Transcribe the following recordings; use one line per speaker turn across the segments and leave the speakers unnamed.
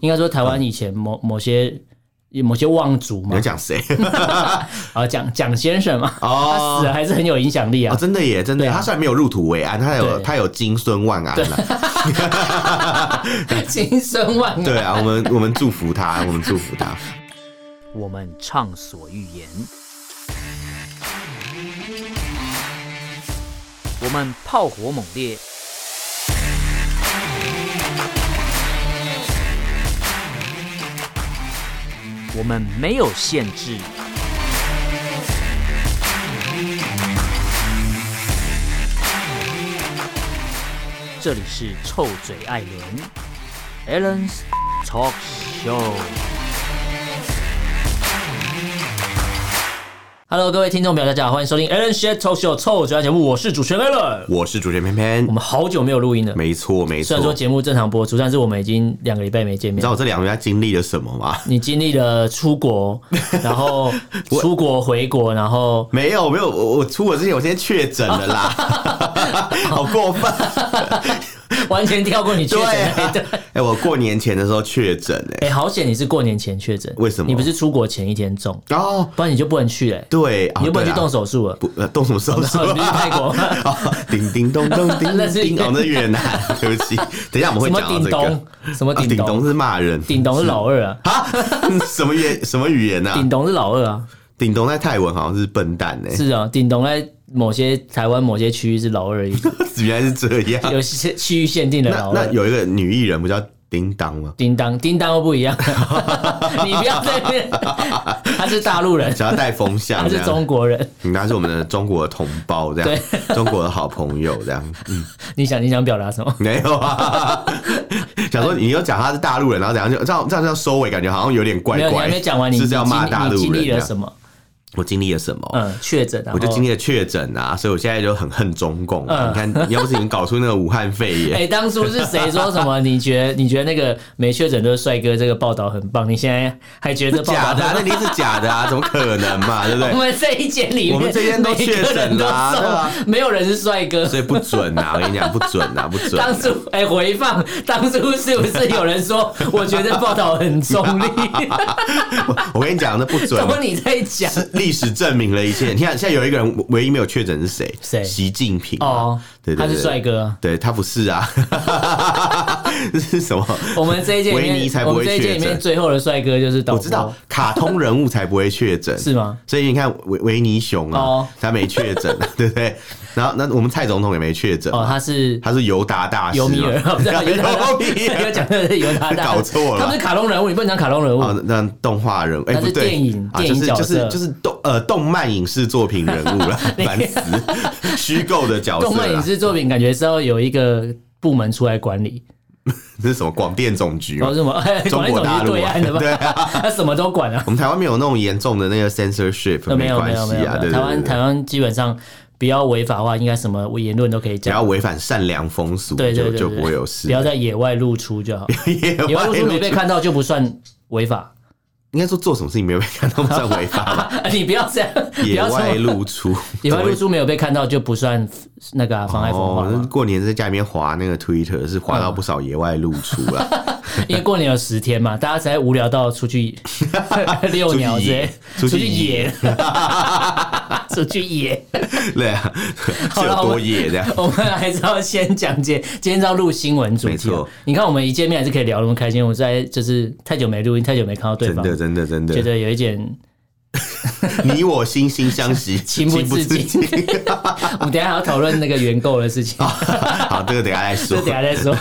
应该说台湾以前某某些某些望族
你
嘛
要，讲谁？
啊蒋蒋先生嘛，他死
哦
了还是很有影响力
哦，
啊。
真的耶，真的耶。
对啊
他虽然没有入土为安，他有
对
他有金孙万安了。
金声万安
对啊，我们我们祝福他，我们祝福他。
我们畅所欲言；我们炮火猛烈；我们没有限制。这里是臭嘴艾伦 a l l e n s Talk Show。
Hello，各位听众朋友，大家好，欢迎收听 Alan s h a t Talk Show 臭嘴节目，我是主持人 Alan。
我是主持人偏偏
我，们好久没有录音了，
没错没
虽
错
然。说节目正常播出，但是我们已经两个礼拜没见
你
面
知。道我这两个月经历了什么吗？
你经历了出国，然后出国回国，然后
没有没有，我我出国之前我先确诊了啦， 好 过分。
完全跳过你确
对
诊那一
啊
段。，
哎，我过年前的时候确诊哎，
哎、好险你是过年前确诊，
为什么
你不是出国前一天中，
哦，
不然你就不能去嘞、
对，啊
你就不能
对
去
啊
动手术 了。
不呃动什么手术？
哦你去泰国
哦叮 叮咚咚叮
那是
叮咚，那是越南。 对不起，等一下我们会
什么
讲到
叮
这个
咚。？什么
啊，
叮
叮
咚
咚？是骂人
叮咚是老二啊，
啊？ 什么语什么语言呐？
叮咚是老二啊，
叮咚在泰文好像是笨蛋欸呢，
是啊，叮咚在某些台湾某些区域是老二 而已，
原来是这样。
有些区域限定的
那
老
那
二。
有一个女艺人不叫叮当吗？
叮当，叮当又不一 样，你不要在那边，他是大陆人，
想要带风向
他
这
是中
样，
国人，
嗯他是我们的中国的同胞这样，中国的好朋友这样。嗯
你想你想表达什么？
没有啊， 想说你又讲他是大陆人，然后怎样就这样这样这样收尾，感觉好像有点怪
没有，你
怪。
还没讲完，你
是不是要骂大
你
陆
经
人
历
这
了
样。
什么？
我经历了什么？
嗯，确诊，
哦我就经
历。
历了确诊啊，所以我现在就很恨中共啊。
嗯
你看，要不是你们搞出那个武汉肺 炎，
哎、当初是谁说什么？你觉得 你觉得那个没确诊都是帅哥这个报道很棒？你现在还觉得报 道
假 的、啊，那一定是假的啊，怎么可能嘛，对不
我
对？
们这一间里面，
我们这一间都
每个人
确诊了啊
都中
对啊
没有人是帅哥。
所以不准啊，我跟你讲，不准啊，不准、啊
当。初哎、回放当初是不是有人说？我觉得报道很中立，
我跟你讲，那不准
怎。么你在讲？
是历史证明了一切。你看，现在有一个人唯一没有确诊是谁？
谁
习近平、啊。
哦，
对对
他
对，
是帅哥啊。
对他不是啊， 这是什么？
我们这一届里
维尼
面，
才不
我
会
们这一届里
确
面
诊
最后的帅哥就是导
我
播，
知道，卡通人物才不会确诊，
是吗？
所以你看维维尼熊啊，
哦
他没确诊，啊 对不对？然后那我们蔡总统也没确诊嘛，啊
哦，他是
他是尤达大师嘛，
尤米尔，不是尤达 大
尤米
要
尔。
讲的是尤达大，
搞错了
他不是卡通人物，你不能讲卡通人物，
哦，那动画人物，
嗯
哎、
他是
不对，
电影
啊，
电
就
影
是
角
就
色
是就是动呃动漫影视作品人 物啦， 烦死，虚构的角
动
色
漫影
哦啦，
视作品感觉是要有一个部门出来管理，
这是什么广电总局
然
嘛
后？什么
中
管理
国
总
大
局
陆
对
啊
岸的吧，
对啊，
他什么都管 啊，
我们台湾没有那种严重的那个 censorship，
哦没有没
关
有
系
没有
啊，
没
对
有，
对
台湾
对
台
对。
湾基本上不要违法的话，应该什么言论都可以
只要
讲，
违反善良风俗，
对对
就
对
就
对，
不会有事。
不 要在野外露出就好，
野
野外露出没被
出
看到就不算违 法，
应该说做什么事情没有被看到算违法吧？
你不要这样，不
野
要这么
外露出，
野外露出没有被看到就不算那个啊、妨碍风化
哦，那
嘛，
过年在家里面滑那个 Twitter 是滑
嗯
到不少野外露出啊 了，
因为过年有十天嘛，大家实在无聊到出 去遛鸟之类，
出
出
去
去
野
野，出去野。
对啊， 是
好
有
了我
多
们
野这样。
我们还是要先讲解，今天是要录新闻主
没
题啊
错。
你看我们一见面还是可以聊那么开心，我在就是太久没录音，太久没看到对
真
方，
的，真的，真
觉
的，
得有一点。
你我惺惺相惜，
情不自禁
情不自禁 啊
我们等一下还要讨论那个原购的事 情，
好，这个等一下再
这
说
等。一下再说。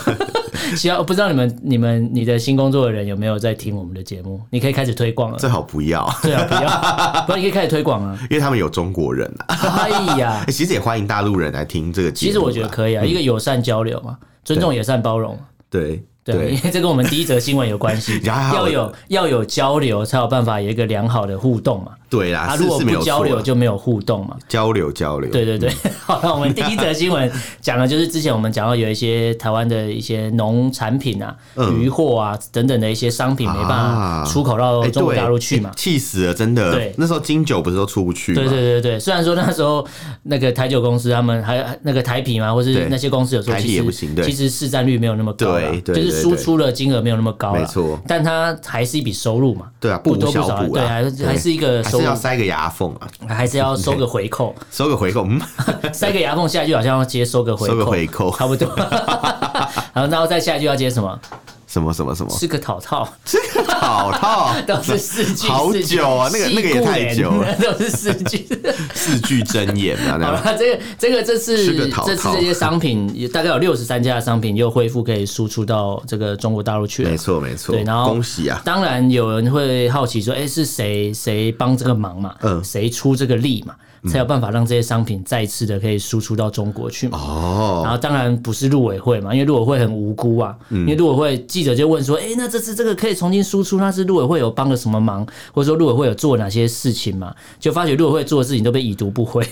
希望不知道你们、你们、你的新工作的人有没有在听我们的节目？你可以开始推广了。
最好不要，
对啊，不 要，不然你可以开始推广啊。
因为他们有中国人啊。
哎呀
欸，其实也欢迎大陆人来听这个节目
其
啦。
实我觉得可以 啊，一个友善交流嘛，尊重、友善、包容。
嗯对
对，啊
对
因为这跟我们第一则新闻有关 系，
然后
要有要有交流，才有办法有一个良好的互动嘛。
对啦，
啊，
是
如果
是没
不
有
交
错嗯
流
啦
就没有互动嘛。
交流交流。
对对对， 好了，我们第一则新闻 讲的就是之前我们讲到有一些台湾的一些农产品啊、
嗯
渔货啊等等的一些商品没办
啊
法出口到
哎，
中国
对
大陆去嘛
欸。气死了，真的
对。
那时候金九不是都出不去吗？
对对对对，虽然说那时候那个台酒公司他们还那个台啤嘛，或
对
是那些公司有时候
台啤
其
也
实
不行对
其实市占率没有那么高啦
对对
就是
对
输出的金额没有那么高了，
没错
但它还是一笔收入嘛，
对啊，
不多不
无小
少，
补
对，
啊，
还是还是一个
还
收入
是要，塞个牙缝啊，
还是要收个回 扣，
收个回扣，嗯，
塞个牙缝下去好像要接收个回扣，
收 个回扣，
差不多。然后，然后再下一句要接什么？
什么什么什么，
吃个讨套，
这个讨套
都是四句，
好
四句
久啊那个那个也太久了，
西固人 都是四句。
四句真言啊，
好
那样
了，这个这个这次
吃个讨
这次
套
这些商品也大概有六十三家的商品又恢复可以输出到这个中国大陆去了
没。错没错
对，然，后
恭喜啊，
当然有人会好奇说，哎、是谁谁帮这个忙嘛？
嗯
谁出这个力嘛？才有办法让这些商品再次的可以输出到中国去嘛？然
哦，嗯
后当然不是陆委会嘛，因为陆委会很无辜啊。因为陆委会记者就问说，哎，那这次这个可以重新输出，那是陆委会有帮了什么忙，或者说陆委会有做哪些事情嘛？就发觉陆委会做的事情都被已读不 回。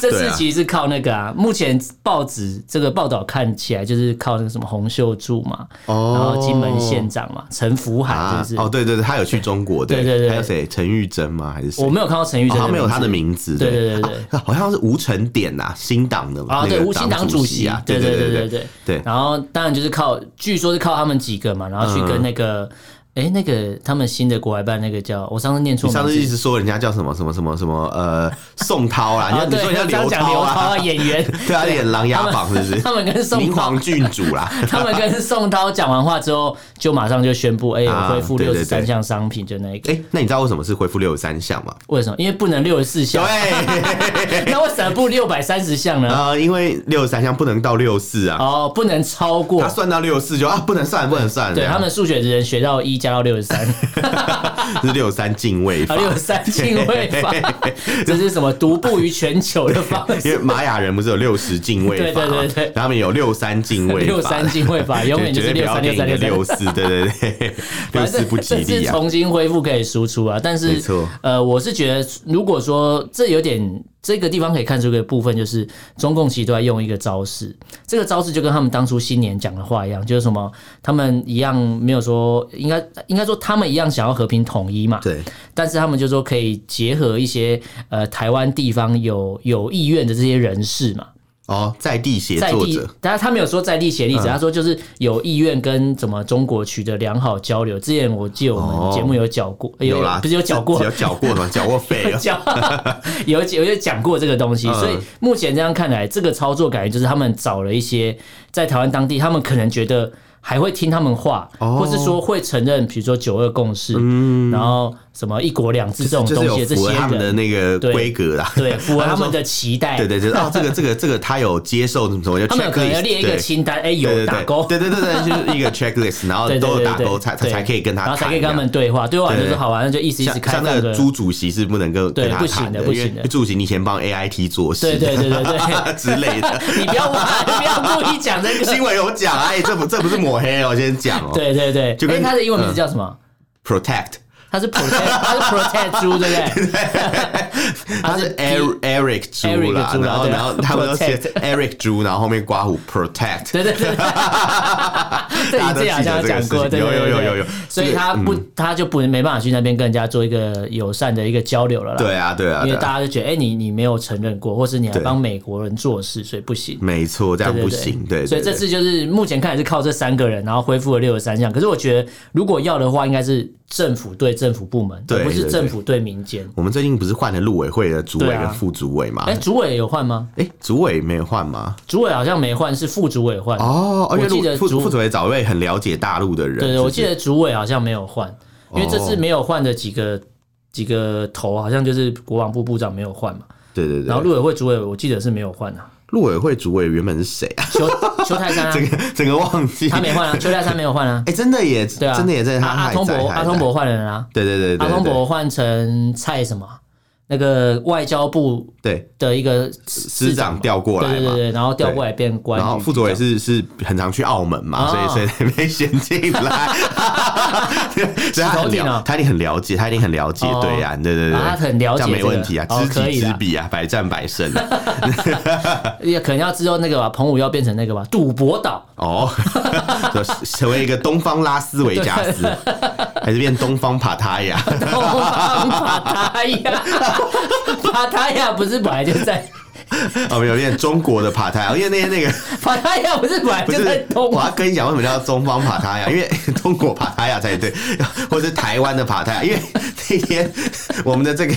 这
对
次
啊
其实是靠那个啊，目前报纸这个报道看起来就是靠那个什么洪秀柱嘛，
哦
然后金门县长嘛，陈福海
啊
是，不
哦，
是？
对对对，他有去中国，
对对对
还有谁？陈玉珍吗？还是谁？
我没有看到陈玉
哦
珍
好
的名字，
像没有他的名字，
对对对对
啊好像是吴成典呐，新党的
啊，
那
对，
个
吴兴党
主
主席
啊，
对
对
对
对
对
对嗯
然后当然就是靠，据说是靠他们几个嘛，然后去跟那个，哎，那个他们新的国外办那个叫，我上次念错
你上次
名
一
字。
直说人家叫什么什么什么什么呃宋涛啦，你
啊，
说你
对，
说
我
人家
刚
刘
讲
涛
刘涛啊，
啊，
演员，
对啊，演《琅琊榜》是不是？
他们跟宋
明
涛
皇，郡主啦，
他们跟宋涛讲完话之后，就马上就宣布，哎，
啊
我恢复
对
六
对
十
对
三项商品，就那一个，
哎，那你知道为什么是恢复六十三项吗？
为什么？因为不能六十四项，
对，
那为什么不六百三十项呢？
呃，因为六十三项不能到六四啊，
哦，不能超过
他，算到六四就啊不能算不能算，
对
这样
他们数学只能学到一加到六十三。
是六三进位法
还，有啊三进位 法，这是什么独步于全球的方
因
式？
为玛雅人不是有六十进位法嘛，
对对对对
然后他们有 六三进位 法，
六三进位法永远就
绝
是
对不
六
要
三
给
六
你
三
个
六三
六四，对对 对，六
反
四
正
不吉
这
利
次
啊。
重新恢复可以输出啊，但
没
是
错
呃，我是觉得如果说这有点这个地方可以看出一个部分，就是中共其实都在用一个招式，这个招式就跟他们当初新年讲的话一样，就是什么他们一样没有说应该应该说他们一样想要和平统一嘛，
对，
但是他们就说可以结合一些呃台湾地方有有意愿的这些人士嘛。
哦，在地协
在
作
地
者，，
但是他没有说在地协力者，
嗯
他说就是有意愿跟怎么中国取得良好交流。之前我记得我
哦
们节目有讲过，哎
啦，
不是有讲过
哦有，缴过吗？缴过费啊
讲有有有讲过这个东西，
嗯
所以目前这样看来，这个操作感觉就是他们找了一些在台湾当地，他们可能觉得还会听他们话，
哦嗯
或是说会承认，比如说九二共识，然后什么一国两制 这种
就
东
是有
西，这
符合
些
他们的
人
那个
对
规格啦，
对符合他
说
们的期待，
对对对，啊，这个这个这个他有接受什么什么，
他们可能要
checklist，
列一个
对
清单，哎，
对
有
对
打
对
勾。
对对对对，就是一 个 checklist，然后
对对
都有
对
打
对
勾，
对
才才
对
才可以跟他
然后
谈这
才
样，
可以跟他们对话，对话完就
对
说好玩，那就意思意思
像
开
像
放
那
个
个朱主席是不能跟
对
跟他
不行
谈
的
的，
不
因
行
为
的
朱主席你以前帮 AIT 做事，
对对对对对，
之类的。
你不要不要故意讲这
新
个。
闻有讲，哎，这不这不是抹黑哦，先讲哦。
对对对，
就
哎，
跟
他的英文名字叫什么？
，protect，
他是 protect，他是 protect 猪，对不对？
他是 Eric Eric 猪啦
Eric，猪啦
然后
对啊
然后他们都写
protect
Eric 猪，然后后面刮胡 protect，
对对对，这
大家
你自
都
己好像有讲过，
记得这个事情
对对对
有有有
对
有有
所以他不，他就不没办法去那边跟人家做一个友善的一个交流了啦。
对啊对啊，
因
对
为
啊
大家就觉得，哎，你你没有承认过，或是你还
对
帮美国人做事，所以不行。
没错，这样
对
不
对对
行，对。
所以
对
这次就是目前看来是靠这三个人，然后恢复了六十三项。可是我觉得，如果要的话，应该是政府对政府部门，
对
而不
对
是
对
政府对民间。
我们最近不是换了陆委会的主委
对啊
跟副主委嘛？
哎，主委有换吗？
哎，主委没有换吗？
主委好像没换，是副主委换。
哦，
我
因为
记
陆
得
副
主
副主委找一位很了解大陆的人，
对对，
是不
我
是
记得主委好像没有换，因为这次
哦
没有换的几个几个头，好像就是国防部部长没有换嘛，
对对对，
然后陆委会主委我记得是没有换的、啊，
陆委会主委原本是谁啊？
邱邱泰 山啊，
整个整个忘记，
他没换啊，邱泰山没有换啊，
哎，真的耶，
对啊，
真的耶，真的，
阿
他
阿
还
通
在
博
还在
阿通博换人啊，
对对对
阿
对，对
通博换成蔡什么那个外交部
对
的一个司
司长调过来
对对对
嘛。
对，然后调过来变官，
然后副主委是是很常去澳门嘛，
哦
所以所以被选进 来，所以他
洗头
很
顶
了
哦，
他一定很了解，他一定很了解
哦
对岸，对对对，
啊他很了解
这样没问题啊，
这个
知
哦可
己
以
知
啦
彼啊，百战百胜啊
也可能要知道那个吧，彭武要变成那个吧，赌博岛，
哦，成为一个东方拉斯维加 斯，还是变东方帕塔亚？
东方帕塔亚，帕塔亚不是本来就在
我哦们有变中国的帕塔亚，因为那天那个
法塔亚不是本来
不
就在
是，
东
我
吗？
要跟你讲为什么叫东方帕塔亚， 因为中国帕塔亚才对， 或者是台湾的帕塔亚，因为那天我们的这个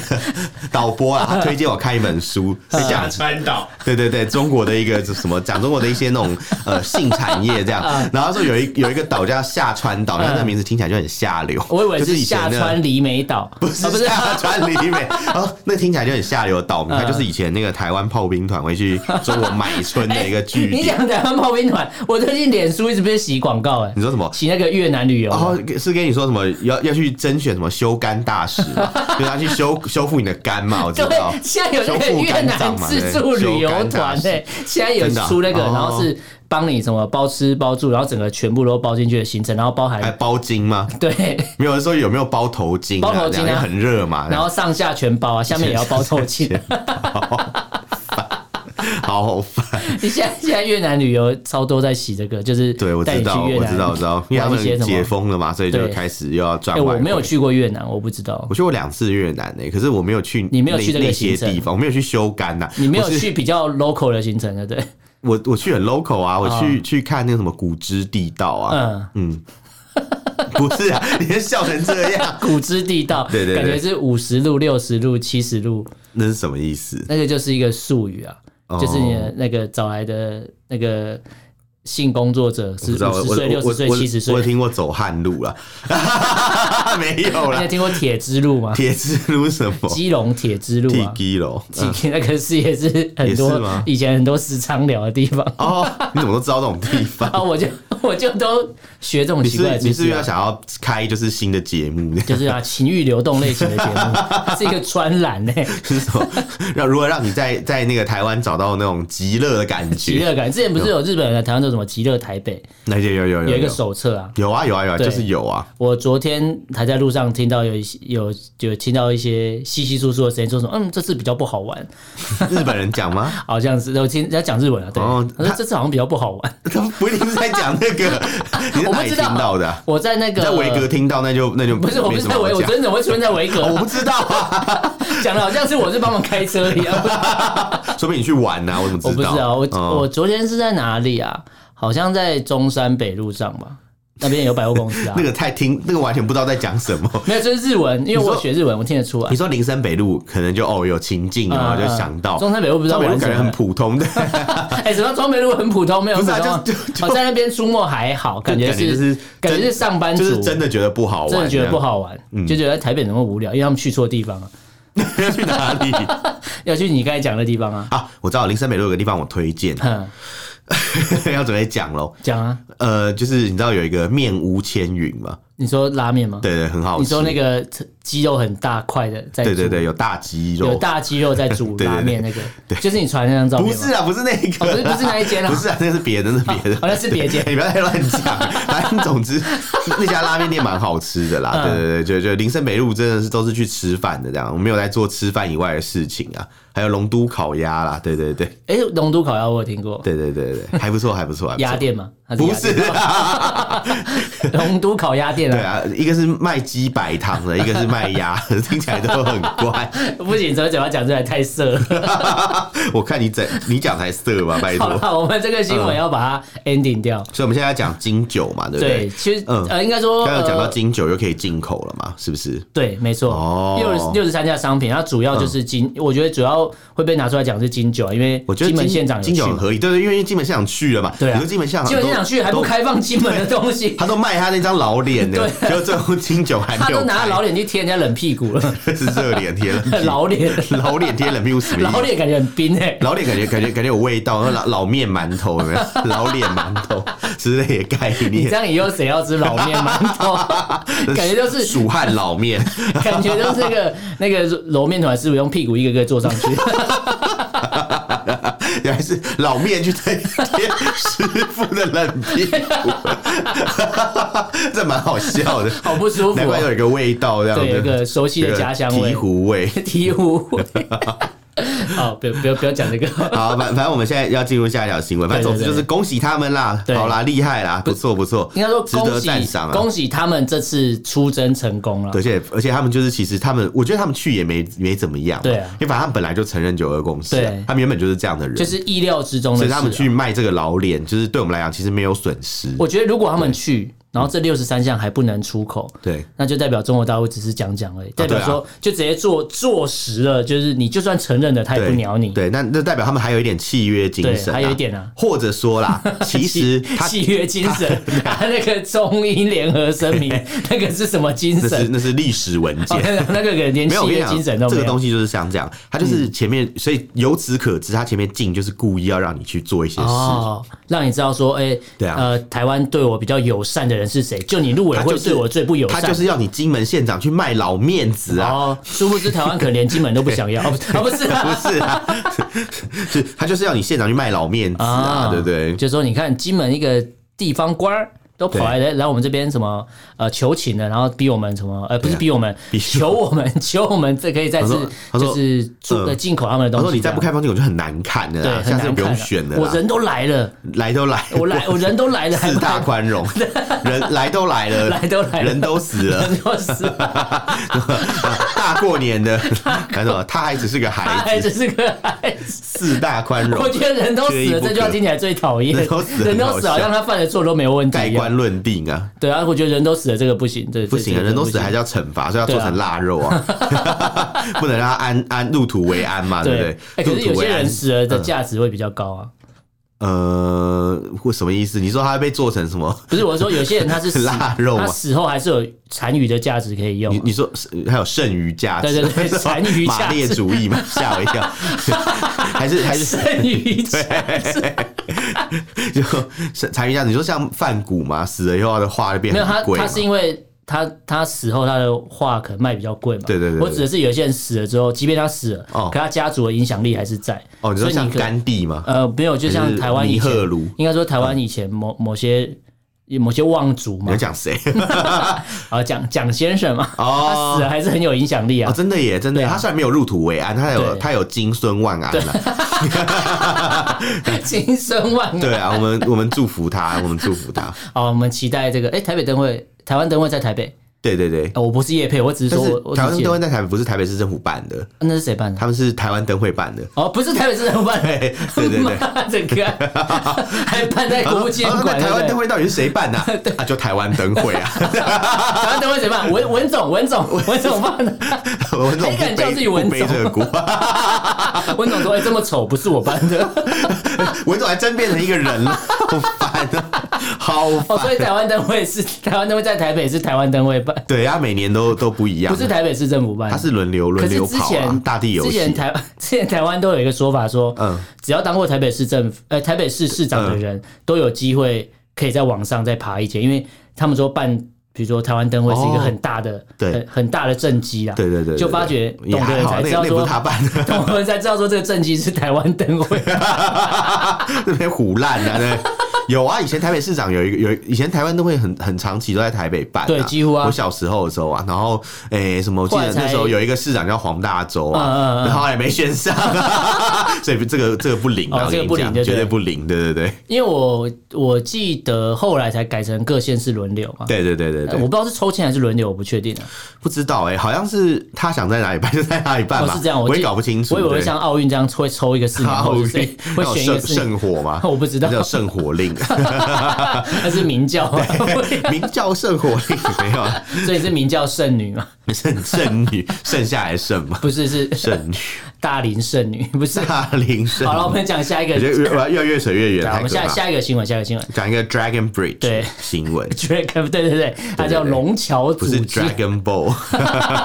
导 播啊，他推荐我看一本书，
嗯
是讲
下川岛，
对对对，中国的一个就是什么讲中国的一些那 种呃性产业这样，
嗯
然后他说有一有一个岛叫下川岛，然后那名字听起来就很下流，
我以为
就是是以前
下
那个
川离美岛，
不
啊不
是
是
下川里 美，哦，那听起来就很下流的岛民，
嗯
它就是以前那个台湾炮兵团会去中国买春的一个据
哎你
点。
讲台湾炮兵团，我最近脸书一直被洗广告、哎
你，说什么？
洗那个越南旅游的。
然后是跟你说什么要要去甄选什么修肝大使 嘛，就是要去修修复你的肝嘛，我知道
对，。现在有那个越南自助旅游团呢，现在有出那个，
真的啊
然后是帮你什么包吃包住，然后整个全部都包进去的行程，然后包
还
含
包巾吗？
对，
没有人说有没有包头巾、啊？
包头巾啊
这样因为很热嘛。
然后上下全包啊，下面也要包透气。
好好烦。
你现在现在越南旅游超多在洗这个，就是
对，我
带
知
你去
道，
越
我知道，我知道
南，
因为他
玩一些
们
什
解
么。
封了嘛，所以就
对
开始又要赚
哎，
外
我
汇。
没有去过越南，我不知道
我。去过两次越南呢、可是我没有去，
你没有去这
那
个
那
行
些
程
地方，我没有去修肝呐、
你没有
我是
去比较 local 的行程的，对？
我我去很 local 啊，我去、去看那个什么古之地道啊，
嗯，
嗯，不是啊，你是笑成这样，
古之地道，
对对对
感觉是五十路、六十路、七十路，
那是什么意思？
那个就是一个术语啊，
哦
就是你的那个找来的那个性工作者
我
是
不知道，
五
我
十
我
岁、六
我
十岁、
我
七十
我有
岁。
听过走旱路了， 没有
你有
啦，
哎听过铁之路吗？
铁之路什么？
基隆铁之路
地
啊，
基楼。
基那个是也是很
嗯也是
多
吗
以前很多时常聊的地方
哦，你怎么都知道这种地方？
啊，我就我就都学这种
你
奇怪
是
的知
你是不
识
是要
啊。
想要开就是新的节目？
就是啊，情欲流动类型的节目，它是一个专栏呢，
是什么？让如何让你在在那个台湾找到那种极乐的感
极
觉？
乐感。之前不是有日本人来台湾做什么极乐台北，
那就有有有
有一个手册啊，
有啊有啊有啊，
对
就是有啊。
我昨天还在路上听到有一些有有听到一些稀稀疏疏的声音，说什么嗯这次比较不好玩，啊
日本人讲吗？
好像是我听人家讲日文啊，对，
哦
他说
他
这次好像比较不好玩。
他们不一定是在讲那个，你 在
我
哪
不
里
知
听
道
到的啊？
我在那
你
个
在维格哦听到那就那就
不是我不
没
是
什么
在
好
维，我
讲
真的会出现在维格
哦，我不知道啊，
讲的好像是我是帮忙开车一样，
说不定你去玩 啊呐，我怎么
我不知道
道？
我
哦
我昨天是在哪里啊？好像在中山北路上吧，那边有百货公司啊
那。个太听那个完全不知道在讲什么。
没有，就是日文，因为
你
我
说
学日文，我听得出来
你。说林森北路可能就哦有情境啊，
嗯
就
嗯
想到
中山北路不知道
中北
玩
路感
什
觉很
么，
普通的，
哎，什么中山北路很普通，没有
不是
什
啊
么
就就
哦，在那边出没还好，感觉
感觉就是是
感觉
真
是上班族，
就是真的觉得不好玩，
真的觉得不好玩，
嗯
就觉得台北怎么无聊，因为他们去错地方啊，
这样。要去 哪里
要去你刚才讲的地方啊，
啊？我知道林森北路有个地方我推荐，
哼，
要准备讲喽。
讲啊，
呃，就是你知道有一个面屋千云嘛？
你说拉面吗？，
对对，很好吃。
你说那个肌肉很大块的在煮，
对对对，有大肌
有
肉，
大肌肉在煮
对对对
拉面那个，就是你传的那张照
不
片吗，
是啊，不是那
哦，不是
个
不
啊，
是那一间啊，
不是啊，那是别的，那是别的
哦，，那是别间，
你不要再乱讲。反正总之，那家拉面店蛮好吃的啦。
嗯
对对对，就就林森北路真的是都是去吃饭的，这样我没有在做吃饭以外的事情啊。还有龙都烤鸭啦，对对对
哎，龙都烤鸭我有听过，
对对对 对，还不错，还不错，还不
鸭
错。
店吗？它
不
鸭
是
店，
啊，
龙都烤鸭店
对
啊，
啊，一个是卖鸡白糖 的，一个是卖鸭，听起来都很怪。
不行，这嘴巴讲出来太色了。
我看你整你讲才色吧，拜托
好。了，我们这个新
嗯
闻要把它 ending 掉。
所以我们现在要讲金酒嘛，对不
对，
对？
其实
嗯
呃，应该说
刚刚有讲到
呃
金酒又可以进口了嘛，是不是？
对，没错，
哦嗯
六十六十三家商品，它主要就是金，我觉得主要会被拿出来讲是金九啊，因为
我觉得
金门
金
县长有
金
去
酒很
嘛，
合理，对对，因为金门县长去了嘛，
对啊
你说金门县长
金门县长
都
去还不
都
开放金门的东西，
他都卖他那张老 脸的，结果最后金酒还
啊他
没有
都拿
开
老脸去贴人家冷屁股了，
是热脸 贴冷屁股，
老脸
老脸贴冷屁股什么意思
老脸感觉很冰哎、
老脸感觉感觉感觉有味道，然后老老面馒头 有没有？老脸馒头之类的概
你这
念，
样以后谁要吃老面馒头？感觉就是
蜀汉老面，
感觉就是那个那个揉面团师傅用屁股一个个坐上 去，
原来是老面去贴贴师傅的冷屁 股，这蛮好笑的。
好不舒服、
难怪有
哦。
一个味道，这样
对，有一
子，
个熟悉的家乡
醍
味，
醐味。
醍醐味。 好，不要不要不要讲这 个。
好，反反正我们现在要进入下一条新闻，反正总之
对对
就
对
是恭喜他们啦，
对
好啦，厉害啦，不错不错，
应该说
值得
恭喜
赞赏啊
恭。喜他们这次出征成功了
对，而。且而且他们就是，其实他们，我觉得他们去也没没怎么样嘛，
对啊
因为反正他们本来就承认九二共识啊
对，
他们原本就是这样的人，
就是意料之中的
所
事、
以
啊。
他们去卖这个老脸，就是对我们来讲其实没有损失，
我觉得如果他们去，然后这六十三项还不能出口，
对。啊
那就代表中国大陆只是讲讲而已，代表说就直接坐坐实了，就是你就算承认了，他也
对，
不鸟你。
对，那那代表他们还有一点契约精神、
对还有一点啊
或者 说啦，其实他
契约精神，他那个中英联合声 明，那个是什么精
那是
神？
那是历史文件
哦，那个人连
没有，
契
我跟你
约
讲，
精神都
这
没
个东
有。嗯
西就是像这样，他就是前面，所以由此可知，他前面进就是故意要让你去做一些事，
哦，让你知道说，哎，
对啊
呃，台湾对我比较友善的人是谁？就你陆委
他
会
就是
对我最不友
他
善，
就是要你金门县长去卖老面子啊，
哦，殊不知台湾可能连金门都不想要，哦不啊，不是啊，
不是啊， 是他就是要你县长去卖老面子啊，对不对？
就说你看金门一个地方官儿。都跑来来来我们这边什么呃求情的，然后逼我们什么呃不是
对啊
逼我们
逼
求我们 求我们这可以再
他
次
说他说
就是做
嗯
呃进口他们的东
他说
西。
你再不开放这个我就很难看的
这
啦，
样对，
下
很
次
难
不
看
用
啊
选了
我
啦，
人都来了，
来都来，
我来我人都来了，还
四
不
大 宽容，人来都来了，
来都来了
人都 死了，
人都死了，
大过年的，还什么？他还只是个
他还
孩
只
子，
是个孩子。
四大宽容
我，觉得人都
缺
死
一
了
不
这句话
可
听起来最讨厌，
人都死了
人
很
都
好
死，好
笑
像他犯的错都没有问题
盖
一样。
棺论定啊。
对啊，我觉得人都死了这个不行，对，
不行啊，人都死还是
叫
要惩罚，所以要做成腊肉 啊， 不能让他安安入土为安嘛，对
对。
不
哎，
对？
可
入
是有
土
些
为安嗯
人，死了的价值会比较高啊。
呃，或什么意思？你说他被做成什么？
不是，我说有些人他是死
腊肉
他
啊
死后还是有残余的价值可以用
你
啊。
你说还有剩余价值？
对对 对残余价值
马列主义嘛，吓我一 跳。还是还是
剩 余价
就是残余价值？你说像梵谷嘛，死了以后他的画就变
没有他
很，贵嘛
他是因为他他死后他的画可能卖比较贵嘛。
对对对对
我指的是有些人死了之后，即便他死了，
哦
可他家族的影响力还是在。
哦，你
所
说
以
像
可
甘地嘛？
呃，没有，就
还
像
是
台湾以
尼
前
赫鲁，
应该说台湾以前某某些某些望族
你
嘛
要，讲谁？
啊，蒋蒋先生嘛，
哦
他死了还是很有影响力
哦，
啊。
真的耶，真的耶，
对啊
他虽然没有入土为安，他有
对
他有金孙万安啊了。
金声万 安
对啊，我们我们祝福他，我们祝 福他。
好，我们期待这个。哎、台北灯会，台湾灯会在台北。
对对对，
呃我不是叶配，我只是
但
说
是
我，我只
台湾
是
灯会在台北不是台北市政府办的，
那是谁办的？
他们是台湾灯会 办的。
哦，不是台北市政府办的，
对对对对。
妈这 个还办在国务纪念
啊
馆，
那台湾
对
灯
不对
会到底是谁办的？啊，就台湾灯会 啊，
台湾灯会谁办？文文总，文总，文总办的。
我们这种
还敢
不
叫自己
背
文
不背
总
这 个锅，
文总说：“哎、这么丑，不是我办的。
文总还真变成一个 人了，好烦啊，好”
哦，所以
烦。
台湾灯会是 台湾灯会在台北是台湾灯会办，
对，他每年都都不一样，
不是台北市政府办
他
的。
啊是轮流
可
轮
是
流
之
跑啊
前，
大地游
之前
戏。
台 之前台湾都有一个说法说，
嗯
只要当过台北市政府呃台北市市长的人、都有机会可以在网上再爬一阶，因为他们说办，比如说台湾灯会是一个
哦
很大的、
对
很很大的政绩啊。
对对对对
就发觉
对也
懂的
还
人
好
才
那
知道
那不
说
是 他办的，
懂的人才知道说这个政绩是台湾灯 会。
那边虎烂啊，对。有啊，以前台北市长有一个有一以前台湾都会很很长期都在台北办、啊，
对几乎啊
我小时候的时候啊，然后诶、什么，我记
后来
得
才
那时候有一个市长叫黄大洲
嗯
啊，
嗯嗯
然后后来没选上，啊 所以这个这个不灵
哦
啊，我
这
跟
个
你
不灵
讲
就对嗯
绝对不灵，对对对
因为我我记得后来才改成各县市轮流嘛。
对对对对
呃我
对，
不知道是抽签还是轮流，我不确定啊。
不知道哎、好像是他想在哪里办就在哪里办
哦，
吧，
是这样，我
我也
记
搞不清楚，
我以为
对
像奥运这样会抽一个四年
好
后，就是会
那种
选一个
圣
四年，？
圣火 吗
我不知道
那，叫圣火令，
那是明教，
名叫圣火令，没有啊
所以是明教圣女嘛？
剩剩女 剩下来的剩嘛，
不是，是
剩女。
大龄圣女，不是。
大龄剩
好了，我
女，
们讲下一
我
个
觉，得越我要越越扯越远，
对啊
太
我们
可
下
怕。
下一个新闻，下一个新闻
讲一个 Dragon Bridge
对
新 闻，
，Drake，对对对，它叫龙桥
不
组
是
织，
Dragon Ball，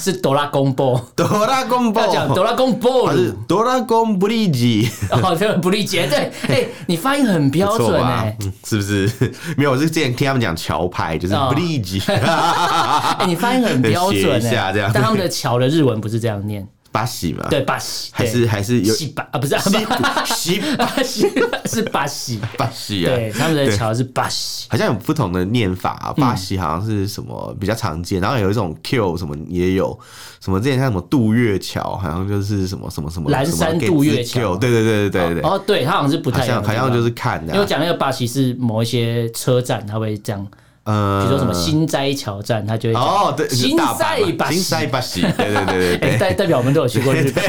是哆啦公布，
哆啦 A
要讲哆
Ball，
啦公布
哦它是
鲁，
哆啦 A Bridge，
哦，这个不理解， 对，哎，你发音很标
不错
准
吧
哎？，
嗯是不是？ 没有，我是之前听他们讲桥牌，就是
哦
Bridge，
哎，你发音很标
写
准
一下这
哎
样，
但他们的桥的日文不是这样念，
巴西嘛，
对，巴西
还是还是有
西巴啊，不是啊
西西
巴西 是巴西，
巴西啊，
对，他们的
对
桥是巴西，
好像有不同的念法、
嗯
啊，巴西好像是什么比较常见，然后有一种 Q 什么也有，什么之前像什么渡月桥，好像就是什么什么什么
蓝
什么
山
给
渡
字
月桥
Q，对对对对对对，
哦，对，它好像是不
好
太一样
像
的
好
地方
像就是看的、
因为我
啊，
讲那个巴西是某一些车站，它会这样，比
呃，
如说什么新斋桥站，它就会讲
哦，对，
新
大阪
塞
嘛
巴
新
西
塞。巴西，对对对对
哎
对。
代代表我们都有去过日本。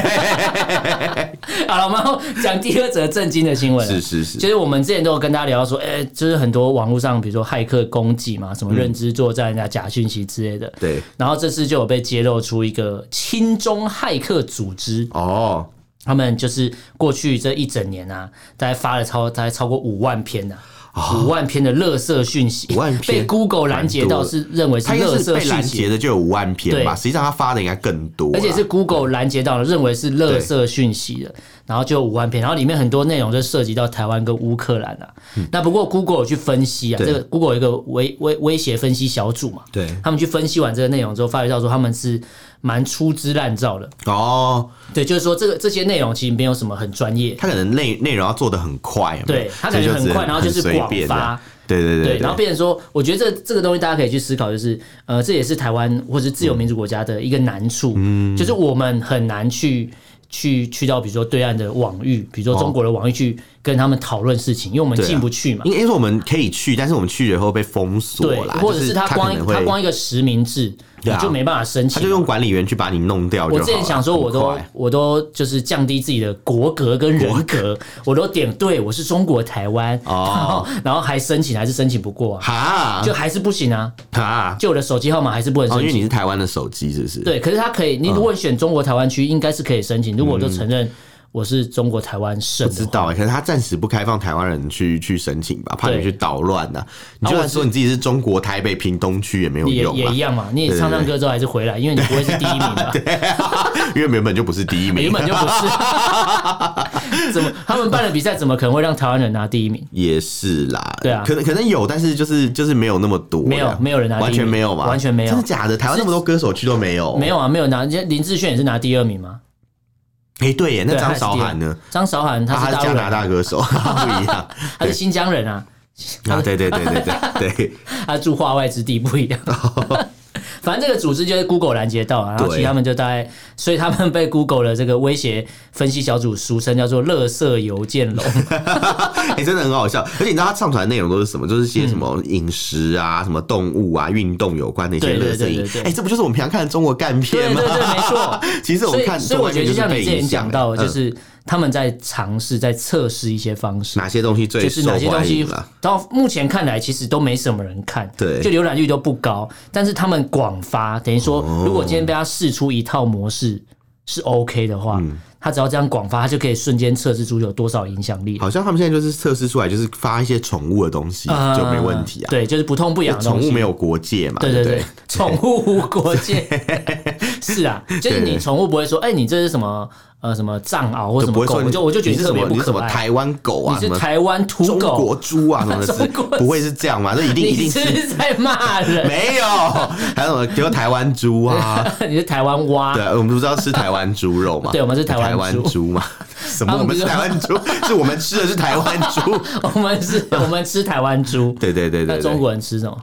好了，我们要讲第二则震惊的新闻了。
是是是，
就是我们之前都有跟大家聊到说，哎、就是很多网络上，比如说骇客攻击嘛，什么认知作战啊、假讯息之类的。
嗯对，
然后这次就有被揭露出一个亲中骇客组织，
哦，
他们就是过去这一整年啊，大概发了超大概超过五万篇呐、啊，五、万篇的垃圾讯息，
5万篇
被 Google 拦截到是认为是
他应
垃
该是
圾
被拦
讯
截
息，
的就有五万篇吧，
对
实际上他发的应该更多啦，
而且是 Google 拦截到了，认为是垃圾讯息的，然后就五万篇，然后里面很多内容就涉及到台湾跟乌克兰啊。那不过 Google 有去分析啊，
嗯对
这个 Google 有一个威威威胁分析小组嘛，
对
他们去分析完这个内容之后，发觉到说他们是蛮粗制滥造的，
哦，
对，就是说这个这些内容其实没有什么很专业，
他可能内内容要做的很快，有没有
对他感觉
所以就
很
只能
快然后就是
很随
广
便这样
发
对对对
对，然后变成说，我觉得这这个东西大家可以去思考，就是呃，这也是台湾或是
嗯
自由民主国家的一个难处，就是我们很难去。去去到比如说对岸的网域，比如说中国的网域去跟他们讨论事情，因为我们
哦对啊
进不去嘛。
应该说我们可以去，但是我们去了以后被封锁
对，
啦，
或者
就是他
他光
可能
他
会
光一个实名制，你
对啊
就没办法申
他
请
就。用管理员去把你弄掉就
我
好了。
之前想说，我都
很快
我都就是降低自己的国格跟人格，我都点对我是中国台湾，
哦
然后 然后还申请还是申请不过啊，
哈
就还是不行啊，
哈
就我的手机号码还是不能
哦，
申
因为你
请。
是台湾的手机是不是？
对，可是他可以，你如果选中国台湾区，应该是可以申请。如果我就承认我是中国台湾省
嗯不知
的话，
道欸，可是他暂时不开放台湾人去去申请吧，怕你
对
去捣乱呐。你就
啊我
算说你自己是中国台北屏东区也没有
也
用
也一
啊，
样嘛。你也唱唱歌之后还是回来，因为你不会是第一名 嘛，
因为原本就不是第一
原
名，啊
本就不是。 怎么他们办的比赛怎么可能会让台湾人拿第一名？
也是啦。
对啊
可能可能有，但是就是就是没有那么多啦，
没有没有人拿第一名
完全没有嘛，
完全没有
真的假的？台湾那么多歌手去都没有，
没。有啊，没有拿。林志炫也是拿第二名嘛。
哎，对耶，那
对
张
他也是
韶
第二
涵呢？
张韶涵
啊
他
他
是
是
大
加
陆
拿
人啊，
大歌 手，不一样。
他是新疆人啊，
啊，对对对对 对对，
他住化外之地不 一样。反正这个组织就是 Google 拦截到啊，然后
对
其实他们就大概，所以他们被 Google 的这个威胁分析小组俗称叫做“垃圾邮件龙
哎、真的很好笑。而且你知道他上传的内容都是什么？就是些什么饮食啊、什么动物啊、运动有关的一
嗯
些
对对
热色
对
影
对对。
哎、这不就是我们平常看的中国干”。
对
片吗？
对对，没错。
其实我
所
们
以
看，
所以我觉得就像
中国
你之
干片就是被
前
影响
讲到，的，就
嗯
是他们在尝试、在测试一些方式。
哪些东西最
就是
受
哪些东
欢
西
迎了。，
到目前看来其实都没什么人看，
对
就浏览率都不高。但是他们广发，等于说，
哦
如果今天被他试出一套模式是 OK 的话，
嗯
他只要这样广发，他就可以瞬间测试出有多少影响力，
好像他们现在就是测试出来，就是发一些宠物的东西、
呃
就没问题啊。
对，就是不痛不痒的
宠
东西
物没。有国界嘛？
对
对
对
不
对，宠物无国 界，是啊，就是
对
你宠物不会说，哎，你这是什么呃什么藏獒或
就
什
不
么
会
狗，
说
我就我就觉
你
得
是
特
什
别
么
不
你是什
可
么
爱。
台湾狗啊，
你
什
是
么
台湾土
中国
狗，
猪啊什么 的，
中国
是不会是这样嘛？这一定一
你
定
是
是
不是在骂人？
没有，还有什么比如台湾猪啊，
你是台湾蛙，
对，我们不是要吃台湾猪肉嘛？
对我们是台
台
湾猪
猪 嘛？什么？
他
我
们不
们
是
是台湾猪， 是我们吃的是台湾猪。
我们 是，我们吃台湾猪。
对对对
那
对对，
中国人吃什么？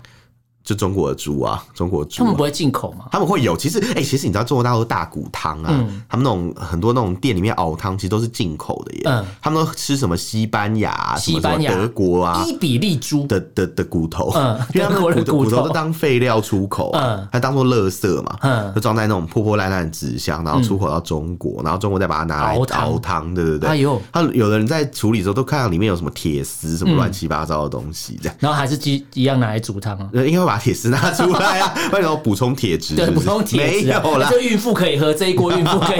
就中国的猪啊，中国猪
他
啊、
们不会进口吗？
他们会有，其实哎、其实你知道中国大陆的大骨汤啊，
嗯
他们那种很多那种店里面熬汤，其实都是进口的耶。
嗯
他们都吃什么西班牙、啊、什
西
么
班牙
什么德国啊
伊比利猪，
的的的骨头，
嗯
因为他们
德国的
骨头
骨
骨
头
头都当废料出口、啊，
嗯
它当做垃圾嘛，
嗯
就装在那种破破烂烂的纸箱，然后出口到中国，然后中国再把它拿来
熬汤
熬汤，对对对。
哎呦，嗯
他有的人在处理的时候都看到里面有什么铁丝什么乱七八糟的东西这样。
然后还是鸡一样拿来煮汤啊。
呃，应该会把铁丝拿出 来啊，为什么补充铁质？
对，
是
不
是
用铁
没
质啊
有啦，
这孕妇可以喝，这一锅孕妇 可以，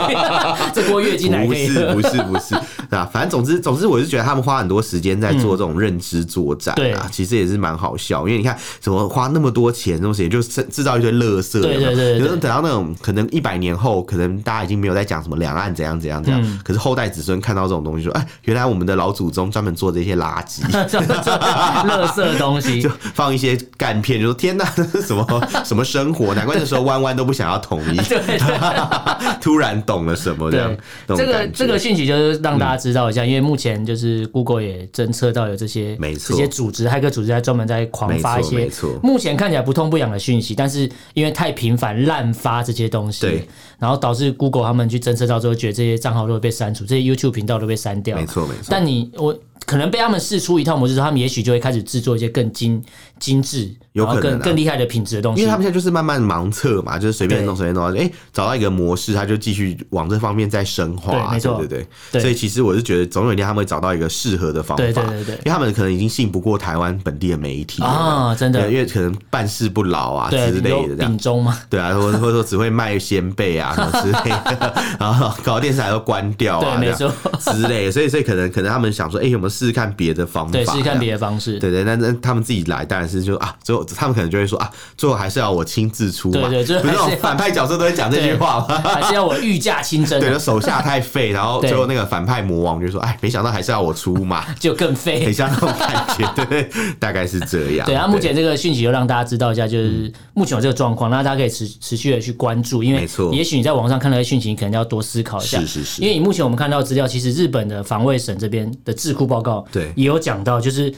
这锅月经奶
不
可以
是
喝。
不是不是 啊，反正总之总之，我是觉得他们花很多时间在做这种认知作战
对
啊，其实也是蛮好笑，因为你看怎么花那么多钱，那么也就制制造一堆垃圾，
对
有没
对
有
对对
有时候等到那种可能一百年后，可能大家已经没有在讲什么两岸怎样怎样怎样，
嗯
可是后代子孙看到这种东西说，哎，原来我们的 老祖宗专门做这些垃圾。
垃圾东西
就，放一些干片，就说天哪， 这是什么什么生活？ 难怪那时候弯弯都不想要统一，
对对对
突然懂了什么这样
对。，这
啊种
个
感觉
这个讯息就是让大家知道一下，因为目前就是 Google 也侦测到有这些
没错
这些组织、骇客组织在专门在狂发一
没
些
错没错
目前看起来不痛不痒的讯息，但是因为太频繁滥发这些东西
对，
然后导致 Google 他们去侦测到之后，觉得这些账号都会被删除，这些 YouTube 频道都被删掉，
没错没错
但你我可能被他们试出一套模式之后，他们也许就会开始制作一些更精精致，
有
然后
可能
更
啊
更厉害的品质的东西。
因为他们现在就是慢慢盲测嘛，就是随便
对
弄随便弄，哎、找到一个模式，他就继续往这方面再深化、
对没错
对对
对
所以其实我是觉得，总有一天他们会找到一个适合的方法，
对对对对
因为他们可能已经信不过台湾本地的媒体
啊真的
对因为可能办事不牢啊
对
之类
有
的这
丙
样。
中嘛，
对啊，或者或者说只会卖鲜贝 啊什么之类的，然后搞电视台都关掉啊，
对没
这样之类的，所以所以可能可能他们想说，哎、有没有试试看别的方法？
对，试试看
这样
别的方式。
对对，那那他们自己来当然是就啊，最后他们可能就会说啊，最后还是要我亲自出嘛，
对对最后
不是那
还
种
是要
反派角色都会讲这句话吗？
还是要我御驾亲征、
对，就
啊，
手下太废，然后
对
最后那个反派魔王就说，哎，没想到还是要我出嘛，
就更
很
废。
像那种感觉，对对，大概是这样。
对啊，目前这个讯息又让大家知道一下，就是目前有这个状况，那大家可以持持续的去关注，因为
没错
也许你在网上看到的讯息，你可能要多思考一下。
是是是
因为你目前我们看到的资料，其实日本的防卫省这边的智库报告，
对
也有讲到，就是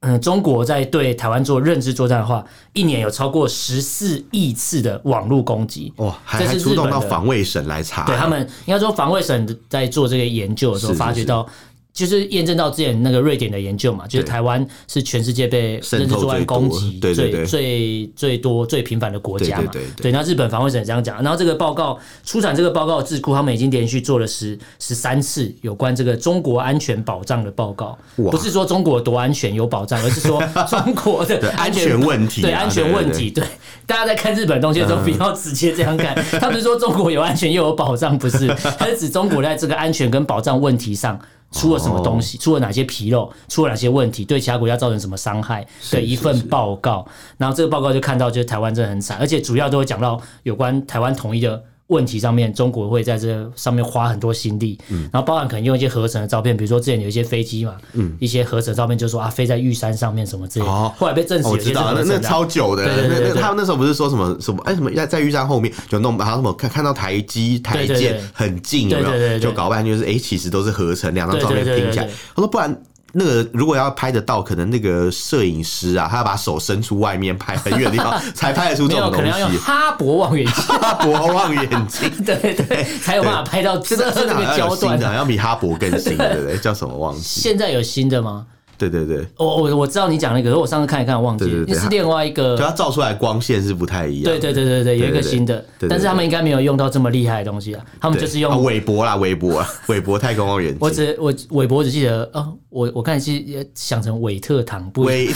嗯，中国在对台湾做认知作战的话，一年有超过十四亿次的网络攻击。
哇，哦还
这是
还出
日
动
本
到
的
防卫省来查，
对他们应该说防卫省在做这个研究的时候，
是是
发觉到。就是验证到之前那个瑞典的研究嘛，就是
对
台湾是全世界被
渗
认知
透
作案
最多
攻击
对对
最
对
最最多最频繁的国家嘛。
对对对对
那日本防卫省这样讲，啊然后这个报告出产这个报告的智库，他们已经连续做了十十三次有关这个中国安全保障的报告，
哇
不是说中国多安全有保障，而是说中国的
对安全问题啊
对安全问题，对大家在看日本的东西的时
嗯
候，不要直接这样 看。他不是说中国有安全又有保障，不是，他是指中国在这个安全跟保障问题上。出了什么东西？
哦
出了哪些纰漏？出了哪些问题？对其他国家造成什么伤害的一份报告？然后这个报告就看到，就是台湾真的很惨，而且主要都会讲到有关台湾统一的问题上面，中国会在这上面花很多心力，
嗯
然后包含可能用一些合成的照片，比如说之前有一些飞机嘛，一些合成照片就说啊飞在玉山上面什么之类的，
嗯哦
后来被证实
哦我
有些
知
是
道
合
啊，那
成
那
的啊。
超久的，
对对对
那
对
那他们那时候不是说什么什么哎什么在在玉山后面就弄，然后什么看看到台基台
对对
阶
对
很近，有
对
没
对对对
有？就搞半天就是哎，其实都是合成，两张照
对
片
对对
拼起来
对对对。
他说不然。那个如果要拍得到，可能那个摄影师啊，他要把手伸出外面拍很远的地方，才拍得出
没
这
有，
种
可
东
能要用
西。
哈勃望远 镜，
哈勃望远镜，
对对对，才有办法拍到这
这
这
个这个好
个
像有
焦
新
段
的，好
啊。
像比哈勃更新的，对不对？叫什么忘记？
现在有新的吗？
对对对，
我我我知道你讲那个，可是我上次看一看忘记，
对对
了，
对
是另外一个
就它照出来光线是不太一样的。
对对对对对，有一个
对对对
新的
对，对
但是他们应该没有用到这么厉害的东西啊，他们
对，
就是
啊
用。
韦伯啦，韦伯，韦伯太空望远镜。
我只我韦伯只记得哦，我我看是想成韦特唐不
韦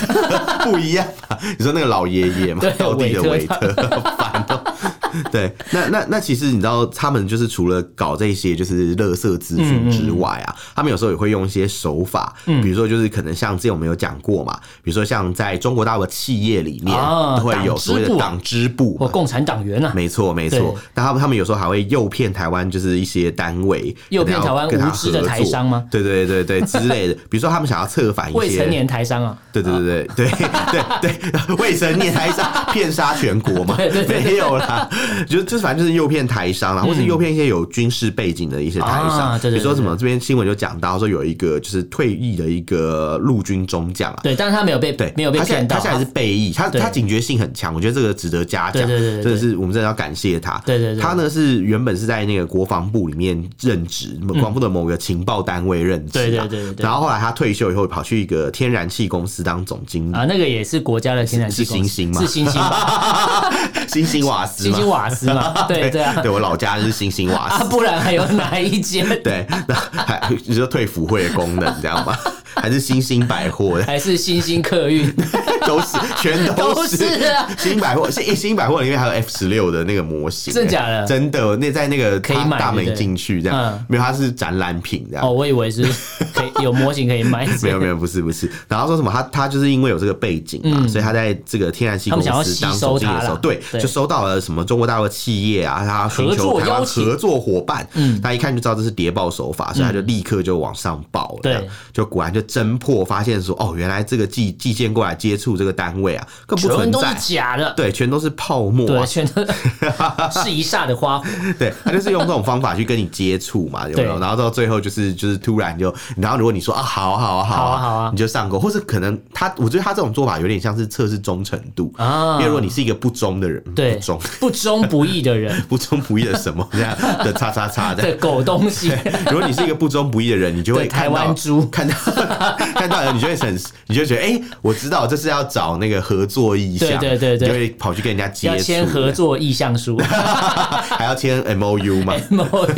不一样吧？你说那个老爷爷嘛
对，
道地的
韦
韦
特
特， 烦哦。对，那那那其实你知道，他们就是除了搞这些就是垃圾资讯之外
嗯
啊，他们有时候也会用一些手法，比如说就是可能像之前我们有讲过嘛，比如说像在中国大陆的企业里面
啊
都会有所谓的
党
党支部
或
嘛。
共产党员啊，
没错，没
对
错。那他们他们有时候还会诱骗台湾，就是一些单位，
诱骗
可能要
台湾
跟他
无知的
合
台
作
商吗
对对对对，之类的。比如说他们想要策反一些
未成年台商啊，
对对对对对对对， 未成年台商骗杀全国嘛
对对，对嗯
没有啦，就就是反正就是诱骗台商啦，或是诱骗一些有军事背景的一些台
啊
商，
对对对
比如说什么这边新闻就讲到说有一个就是退役的一个陆军中将啊，
对，但是他没有被
对，
没有被
他现
骗
在
到啊
他现在是备役，他
对
他警觉性很强，我觉得这个值得嘉
对
奖，
对对对
真的是我们真的要感谢他。
对对对
他呢是原本是在那个国防部里面任职，国防部的某个情报单位任职啊，
嗯对对对对对
然后后来他退休以后跑去一个天然气公司当总经理
啊，，那个也是国家的天然气
是
公司
是星星吗
是星星 吧
星星瓦斯
星
嘛，
星瓦斯嘛，对对啊，
对我老家就是星星瓦斯
啊，，不然还有哪一间？
对，那还你说退辅会的功能，这样吗？还是星星百货？
还是星星客运？
都是，全都
都
是。
是啊
新百货，新新百货里面还有 F 十六的那个模型、欸
真假的
真的，那在那个
可以买
大
对不
门
对
进去这样，
嗯哦
没有，它是展览品这样。
哦，我以为是可以，有模型可以买。
没有没有，不是不是。然后说什么他他就是因为有这个背景嘛，所以他在这个天然
嗯
气
他
公
们想要
司
吸
当
收
总经理
他
的时候，
啦
对，
对
就收到了什么中国大陆的企业啊，他寻
合作嗯
求台湾
邀请
合作伙伴，他一看就知道这是谍报手法，所以他就立刻就往上报了，
嗯对
这样就果然就侦破，发现说哦，原来这个寄寄件过来接触这个单位啊，根本 不
全
存
都是
在。
假的，
对，全都是泡沫
对，！
啊
全 都是一霎的花火。
对，他就是用这种方法去跟你接触嘛，有没有？
对
然后到最后就是就是突然就，然后如果你说啊好啊好啊
好
啊
啊好啊
你就上钩，或是可能他，我觉得他这种做法有点像是测试忠诚度
啊
因为如果你是一个不忠的人，
对
不忠
不忠不义的人
不忠不义的什么这样的叉叉叉这
的
样。
狗东西，
如果你是一个不忠不义的人，你就会
对台
看到
湾猪
看到看到人，你就会很，你就觉得哎、我知道这是要找那个合作意向，
对对对对
你就会跑去跟人家接
要
触，
签合作意向书。哎
还要签 M O U 嘛
M O U，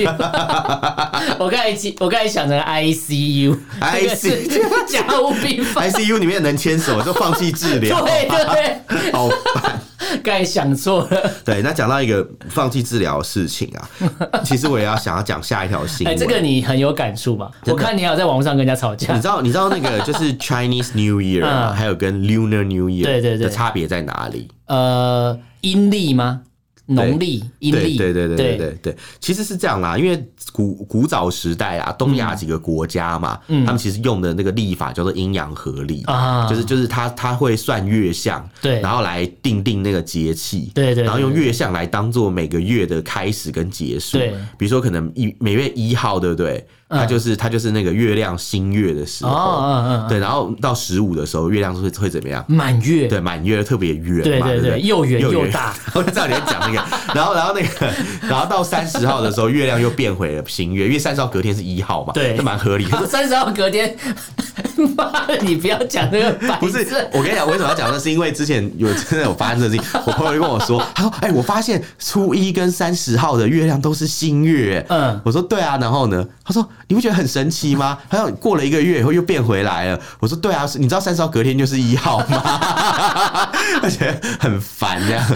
我 刚才记我刚才想成 I C U，
I
那个是
C
家务病房。
I C U 里面能 签什么？就放弃治疗，
对对
好
对，刚才想错了。
对，那讲到一个放弃治疗的事情啊，其实我也要想要讲下一条新
哎、
闻。
这个你很有感触吧？我看你好像在网上跟人家吵
你
架
知。道你知道那个就是 Chinese New Year，、啊
嗯
还有跟 Lunar New Year
对对对
的差别在哪里？
呃，阴历吗？农历、阴历，
对对对对
对
对对，其实是这样啦，因为古古早时代啊，东亚几个国家嘛，他们其实用的那个历法叫做阴阳合历
嗯啊
就是就是他他会算月相，
对
然后来定定那个节气，
对对对
然后用月相来当做每个月的开始跟结束，
对嗯
比如说可能一每月一号，对不对？它就是它就是那个月亮新月的时候，
哦，嗯嗯
对，然后到十五的时候，月亮会会怎么样？
嗯，满月，
对，满月特别圆嘛，
对对
对不
对又圆又大。
我知道你在讲那个，然后然后那个， 然后到三十号的时候，月亮又变回了新月，因为三十号隔天是一号嘛，
对
这蛮合 理的。
三十号隔天， 妈的，你不要讲那个白
不是
色，
我跟你讲，我为什么要讲呢？是因为之前有真的有发生这个 事情，我朋友就跟我说，他说：“哎、我发现初一跟三十号的月亮都是新月。”
嗯
嗯，我说：“对啊。”然后呢，他说：“你不觉得很神奇吗？”他说：“过了一个月以后又变回来了。”我说：“对啊，你知道三十号隔天就是一号吗？” 而且很烦这样，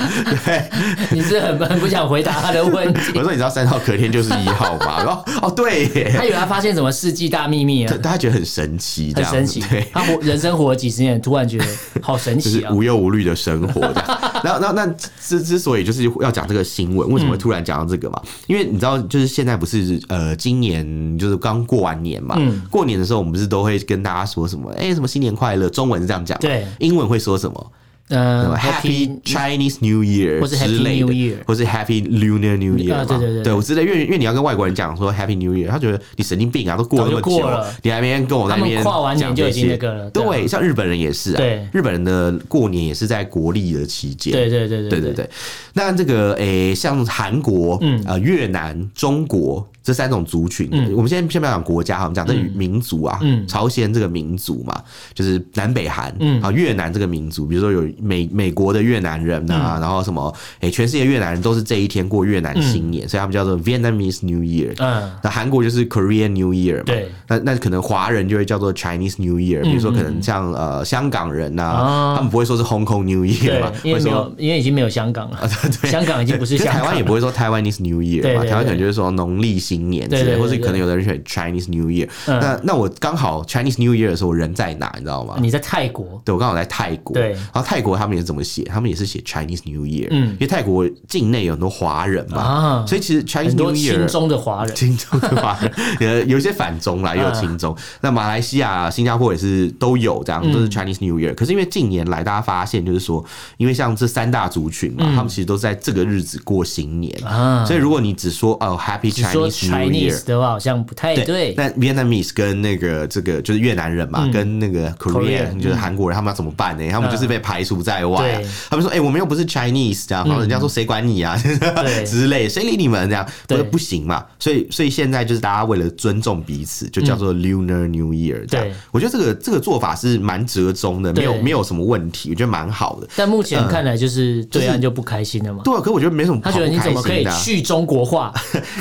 对。
你是很很不想回答他的问 题。
我说你知道三号隔天就是一号吗？ 然后哦对耶，
他以为他发现什么世纪大秘密
他
啊，
他觉得很神奇，这
很
样
神奇
对。。
他活人生活了几十年，突然觉得好神
就
奇
是
啊！
无忧无虑的生活这样。 然后，然后，那之之所以就是要讲这个新闻，为什么会突然讲到这个
嗯
嘛？因为你知道，就是现在不是呃，今年就是刚过完年嘛，
嗯
过年的时候我们不是都会跟大家说什么？哎、什么新年快乐？中文是这样讲嘛，
对
英文会说什么？什
嗯
么呃 Happy Chinese New Year
或是 Happy
之类
New
的
Year，
或是 Happy Lunar New Year
啊
嘛，
对对对
对，我知道，因为因为你要跟外国人讲说 Happy New Year，他觉得你神经病啊，都过了那么
早就
久
过了，
你还没人跟我在那边
他们跨完年
讲这
就已经
些
那个了对啊
对，像日本人也是啊，
对
日本人的过年也是在国历的期间，
对对对
对对
对，
对。那这个诶、像韩国、嗯、呃越南、中国这三种族群，
嗯
我们现在先不要讲国家哈，我们讲这民族啊，朝鲜这个民族嘛，就是南北韩，嗯，啊越南这个民族，比如说有美美国的越南人啊，
嗯
然后什么诶、全世界越南人都是这一天过越南新年，所以他们叫做 Vietnamese New Year，
嗯，
那韩国就是 Korean New Year 嘛，
对，嗯
那那可能华人就会叫做 Chinese New Year，比如说可能像呃香港人呐、
啊
他们不会说是 Hong Kong New
对
Year 嘛，，
因
会
为没
说
有，因为已经没有香港 了，香港已经不是
可
香
台
港
湾也不
了，
会说 Taiwanese New
对
Year 嘛，
对
台湾可能
对
就是说农历新年之
对对
类，
对
或是
对
可能有的人选 Chinese New Year。
嗯
那那我刚好 Chinese New Year 的时候，我人在哪，你知道吗？
你在泰国，
对，我刚好在泰国，
对
然后泰国他们也是怎么写？他们也是写 Chinese New Year，
嗯
因为泰国境内有很多华人嘛，
啊
所以其实 Chinese
很
New
多亲
Year
中的华人，
亲中的华人，呃，有一些反中啦，也有亲
嗯
中。那马来西亚、新加坡也是都有这样，都是 Chinese New Year。可是因为近年来大家发现，就是说，因为像这三大族群嘛，他们其实都在这个日子过新年，
嗯啊
所以如果你只说哦 Happy
只说
Chinese New Year
Chinese。的话好像不太对，嗯
那 Vietnamese 跟那个这个就是越南人嘛，跟那个 Korean
Korean，嗯
就是韩国人，他们要怎么办呢？他们就是被排除在外啊
对。
他们说：“哎，我们又不是 Chinese 这样。”
嗯
然后人家说：“谁管你啊？” 之类，谁理你们这样？不
对
是不行嘛。所以，所以现在就是大家为了尊重彼此，就叫做 Lunar New Year。这
对
样，我觉得这个这个做法是蛮折中的，没有
对
没有什么问题，我觉得蛮好的。
但目前看来就是对岸就不开心了嘛。
嗯对啊，可是我觉得没什么
他
好
觉
不
得你
开
怎么可
心
以
的啊。
去中国 化？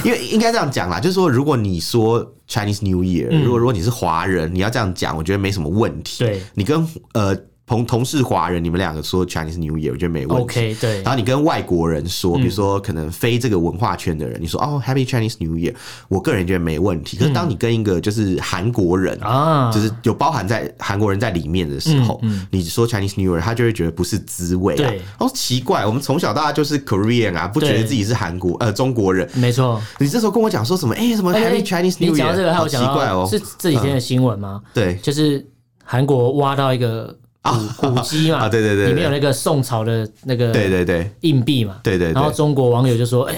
因为应该这样讲啦，就是说，如果你说
嗯
Chinese New Year，、如果如果你是华人，你要这样讲，我觉得没什么问题。
对，
你跟呃同同是华人，你们两个说 Chinese New Year，我觉得没问题。
OK，对嗯
然，后你跟外国人说，比如说可能非这个文化圈的人，你说哦，Happy Chinese New Year，我个人觉得没问题。可是当你跟一个就是韩国人
嗯啊嗯
就是有包含在韩国人在里面的时候，你说 Chinese New Year，他就会觉得不是滋味啊
对。
哦，奇怪，我们从小到大就是 Korean 啊，不觉
对
得自己是韩国呃中国人。
没错。
你这时候跟我讲说什么？哎、什么
哎哎
Happy Chinese
你
New
讲
Year？
到这个，还有
好奇
讲到
怪哦。
是这几天的新闻吗？
对，
就是韩国挖到一个 古古迹嘛，
啊对对对对
里面有那个宋朝的那个
对对对，
硬币嘛，
对对对
然后中国网友就说，哎，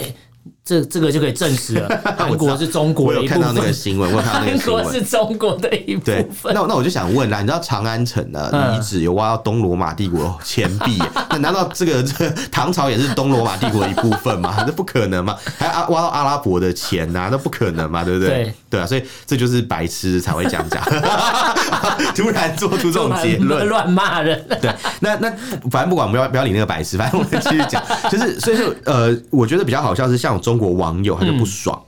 这这个就可以证实 了，韩国是中国
我
的
有
一
看
部
到那个
分，
新闻，我有看到那
韩
个新闻
国。是中国的一部
对，
分，
那那我就想问啦，你知道长安城的
嗯
遗址有挖到东罗马帝国的钱币耶， 那难道这个这个唐朝也是东罗马帝国的一部分吗？ 这不可能嘛！还啊挖到阿拉伯的钱啊呐、那不可能嘛，对不对？
对
啊，所以这就是白痴才会这样讲， 突然做出这种结论
乱。乱骂人，
对，那那反正不管，我们不要不要理那个白痴，反正我们继续讲， 就是所以说呃，我觉得比较好笑是像中国网友他就不爽。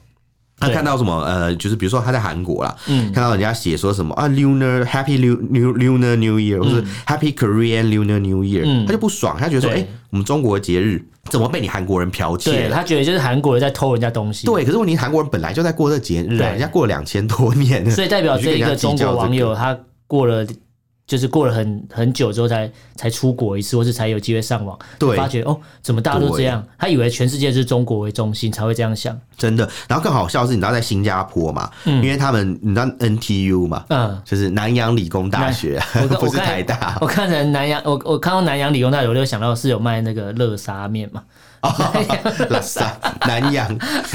他
对
看到什么？呃，就是比如说他在韩国啦，
嗯
看到人家写说什么啊，Lunar Happy Lu- New Lunar New Year，、或是 Happy Korean Lunar New Year，、
嗯
他就不爽，他觉得说，哎、
对
我们中国节日怎么被你韩国人剽窃
对
了？
他觉得就是韩国人在偷人家东 西，，
对，可是问题韩国人本来就在过这节日啊，
对
人家过了两千多年，
所以代表
你去
这
跟
一
人
个
家计
中
较
国
这
网
个
友他过了。就是过了很很久之后才才出国一次，或是才有机会上网，
对
发觉哦，怎么大家都这样？他以为全世界是中国为中心，才会这样想。
真的。然后更好笑的是，你知道在新加坡嘛，因为他们你知道 NTU 嘛，
嗯，
就是南洋理工大学
我，看
不是
我看
台大。
我看成南洋，我我看到南洋理工大学，我就想到是有卖那个乐沙面嘛。
拉萨南洋，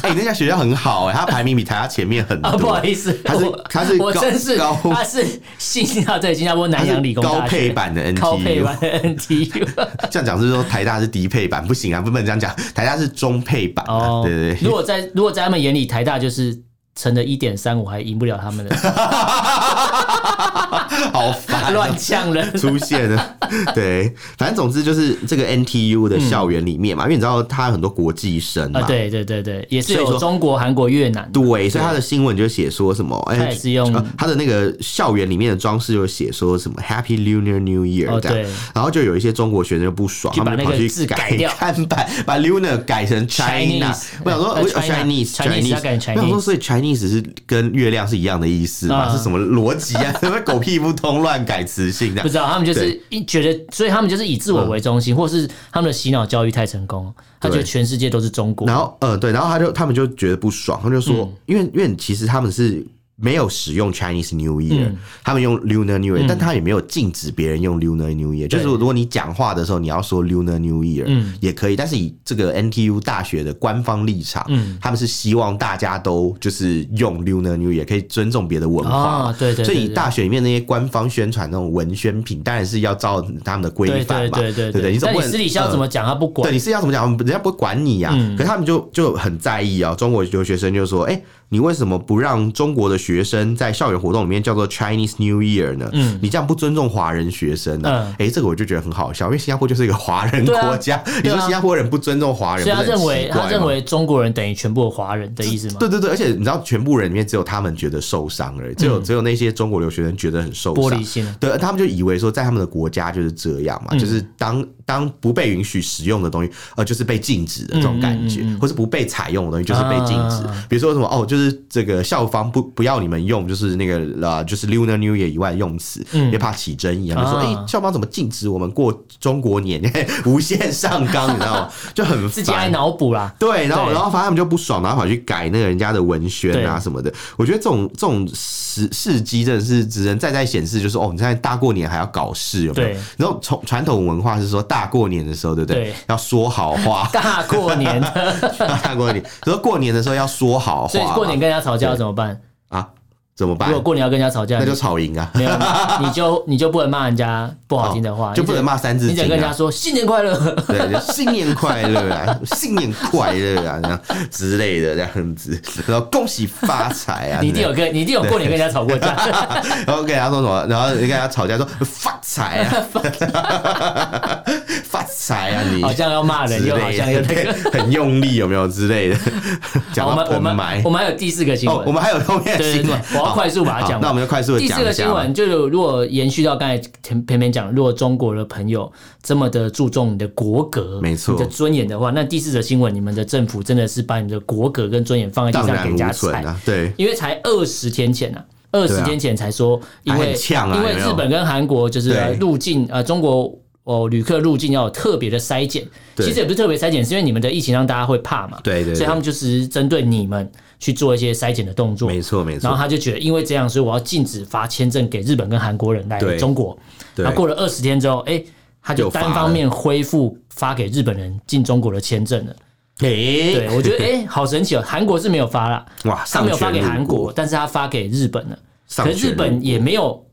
哎、那家学校很好哎、它排名比台大前面很多。
啊，不好意思，
它是
我
它是
我
高
真是
高
他是新 啊，对，新加坡南洋理工
它是
大学
高配版的 NTU
高配版的 NTU。
这样讲是说台大是低配版，不行啊，不能这样讲，台大是中配版、啊，
哦，
对对对。
如果在如果在他们眼里，台大就是乘了一点三五，还赢不了他们 的，
好烦啊、
乱呛 人。
出现了。对，反正总之就是这个 NTU 的校园里面嘛，因为你知道它有很多国际生嘛，
啊，对对对对，也是
所以
有
说
中国、韩国、越南。
对，所以他的新闻就写说什么，哎、
他也是用
呃他的那个校园里面的装饰就写说什么 Happy Lunar New Year
哦
这样，
对
然后就有一些中国学生就不爽，
就把
他们就跑
那个
去
字
改
改掉
看板， 把 Lunar 改成 China
Chinese，。
我想说
呃
我
，China，
，Chinese
Chinese，他改成 Chinese
我想说，所以 Chinese 是跟月亮是一样的意思嘛？
嗯
是什么逻辑啊？ 什么狗屁不通，乱改词性这
不
样？
知道，他们就是
对
一觉得，所以他们就是以自我为中心，或是他们的洗脑教育太成功，他觉得
对
全世界都是中国
然。后呃，对，然后他就他们就觉得不爽，他们就说，
嗯
因为因为其实他们是。没有使用 Chinese New Year，、他
嗯
们用 Lunar New Year，、但他也没有禁止别人用 Lunar New Year。就是如果你讲话的时候，你要说 Lunar New Year、也
嗯
可以，但是以这个 NTU 大学的官方立场，
嗯
他们是希望大家都就是用 Lunar New Year，可以尊重别的文化嘛。
哦对对对
所以
对
以大学里面那些官方宣传那种文宣品，当然是要照他们的规
对
范
对
嘛。
对
对
对
不你总
但
不
你
能
私底下要
嗯
怎么讲，他不
对，
管。嗯
你是要怎么讲，人家不会管你呀、啊可是他们就就很在意哦。中国留学生就说：“哎、你为什么不让中国的学生在校园活动里面叫做 Chinese New Year 呢？
嗯
你这样不尊重华人学生呢、啊？”哎、这个我就觉得很好笑，因为新加坡就是一个华人
对啊
国家，你
嗯对啊
说新加坡人不尊重华人，
所以他
不是很
认为
奇怪
他
吗
认为中国人等于全部的华人的意思吗？
对对对，而且你知道，全部人里面只有他们觉得受伤而已，只有、只有那些中国留学生觉得很受
嗯玻
伤
璃。心啊，
对，他们就以为说，在他们的国家就是这样
嗯
嘛，就是当当不被允许使用的东西，呃，就是被禁止的这种感
嗯
觉，或是不被采用的东西，就是被禁止。
啊
比如说什么哦，就是这个校方不不要你们用，就是那个呃，就是 Lunar New Year 以外的用词，因为怕起争议啊，就说
嗯啊
哎、校方怎么禁止我们过中国年， 无限上纲，你知道吗？就很烦
自己爱脑补啦。
对，然后
对
然后反正他们就不爽，然后跑去改那个人家的文宣啊
对
什么的。我觉得这种这种时事机真的是只能再再显示，就是哦，你现在大过年还要搞事，有没有
对？
然后从传统文化是说大过年的时候，对不对？
对，
要说好话
大过年的，
大过年，说过年的时候要说好话
所以
嘛，
过年跟人家吵架要怎么办？
啊怎么
如
办
果？过年要跟人家吵架，
那就
你
吵赢 啊！
没有，你就你就不能骂人家不好听的话，
哦就不能骂三字
你只
经
能跟人家
啊。
说新年快乐。
对，就新年快乐啊，新年快乐啊，这样之类的这样子，然后恭喜发财 啊！
你一定
这样
有跟你一定有过年跟人家吵过架。
然后跟人家说什么，然后跟人家吵架说发财啊， 发财啊你，
好像要骂人
之类
又好像又
的
那个
对很 用力有没有之类的，讲
好我
到
们我
喷
们
麦
我。们还有第四个新闻
哦，我，们还有后面的
对对
新
对
闻，
我要要快速把它
好
讲
那我
完。
们就快速的
第
讲
四
一
个
下
新
吧。
闻就是，如果延续到刚才前前面讲，如果中国的朋友这么的注重你的国格，
没错
你的尊严的话，那第四则新闻，你们的政府真的是把你的国格跟尊严放在地
荡
上给
然
人家
无存
踩，
啊！对，
因为才二十天前呢、啊。二十
对啊
天前才说，因
还
为、
很呛啊
因为
有没有
日本跟韩国就是
对
呃入境呃中国哦旅客入境要有特别的筛检，
对
其实也不是特别筛检，是因为你们的疫情让大家会怕嘛，
对对
所以他
对
们就是针对你们去做一些筛检的动作，
没错没
然后
错，
他就觉得，因为这样，所以我要禁止发签证给日本跟韩国人来
对
中国。
对
然后过了二十天之后，哎、他就
又发
单方面恢复发给日本人进中国的签证了。对，
对
我觉得哎、好神奇哦！韩国是没有发啦，
哇，
他
上
没有发
权
给韩
入
国，
国，
但是他发给日本了。
上
可是
权
日
入
本也
国
没有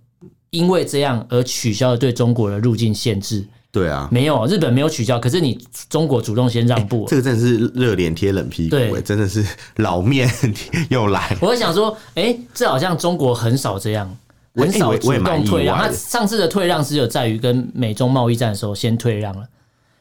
因为这样而取消了对中国的入境限制，
对啊，
没有，日本没有取消，可是你中国主动先让步了。啊
这个真的是热脸贴冷屁股、
对
欸，真的是老面 又来。
我会想说，哎、这好像中国很少这样，
我
很少
诶
主
哎我也我也蛮
动
意
退让。
外
他
的
上次的退让只有在于跟美中贸易战的时候先退让了，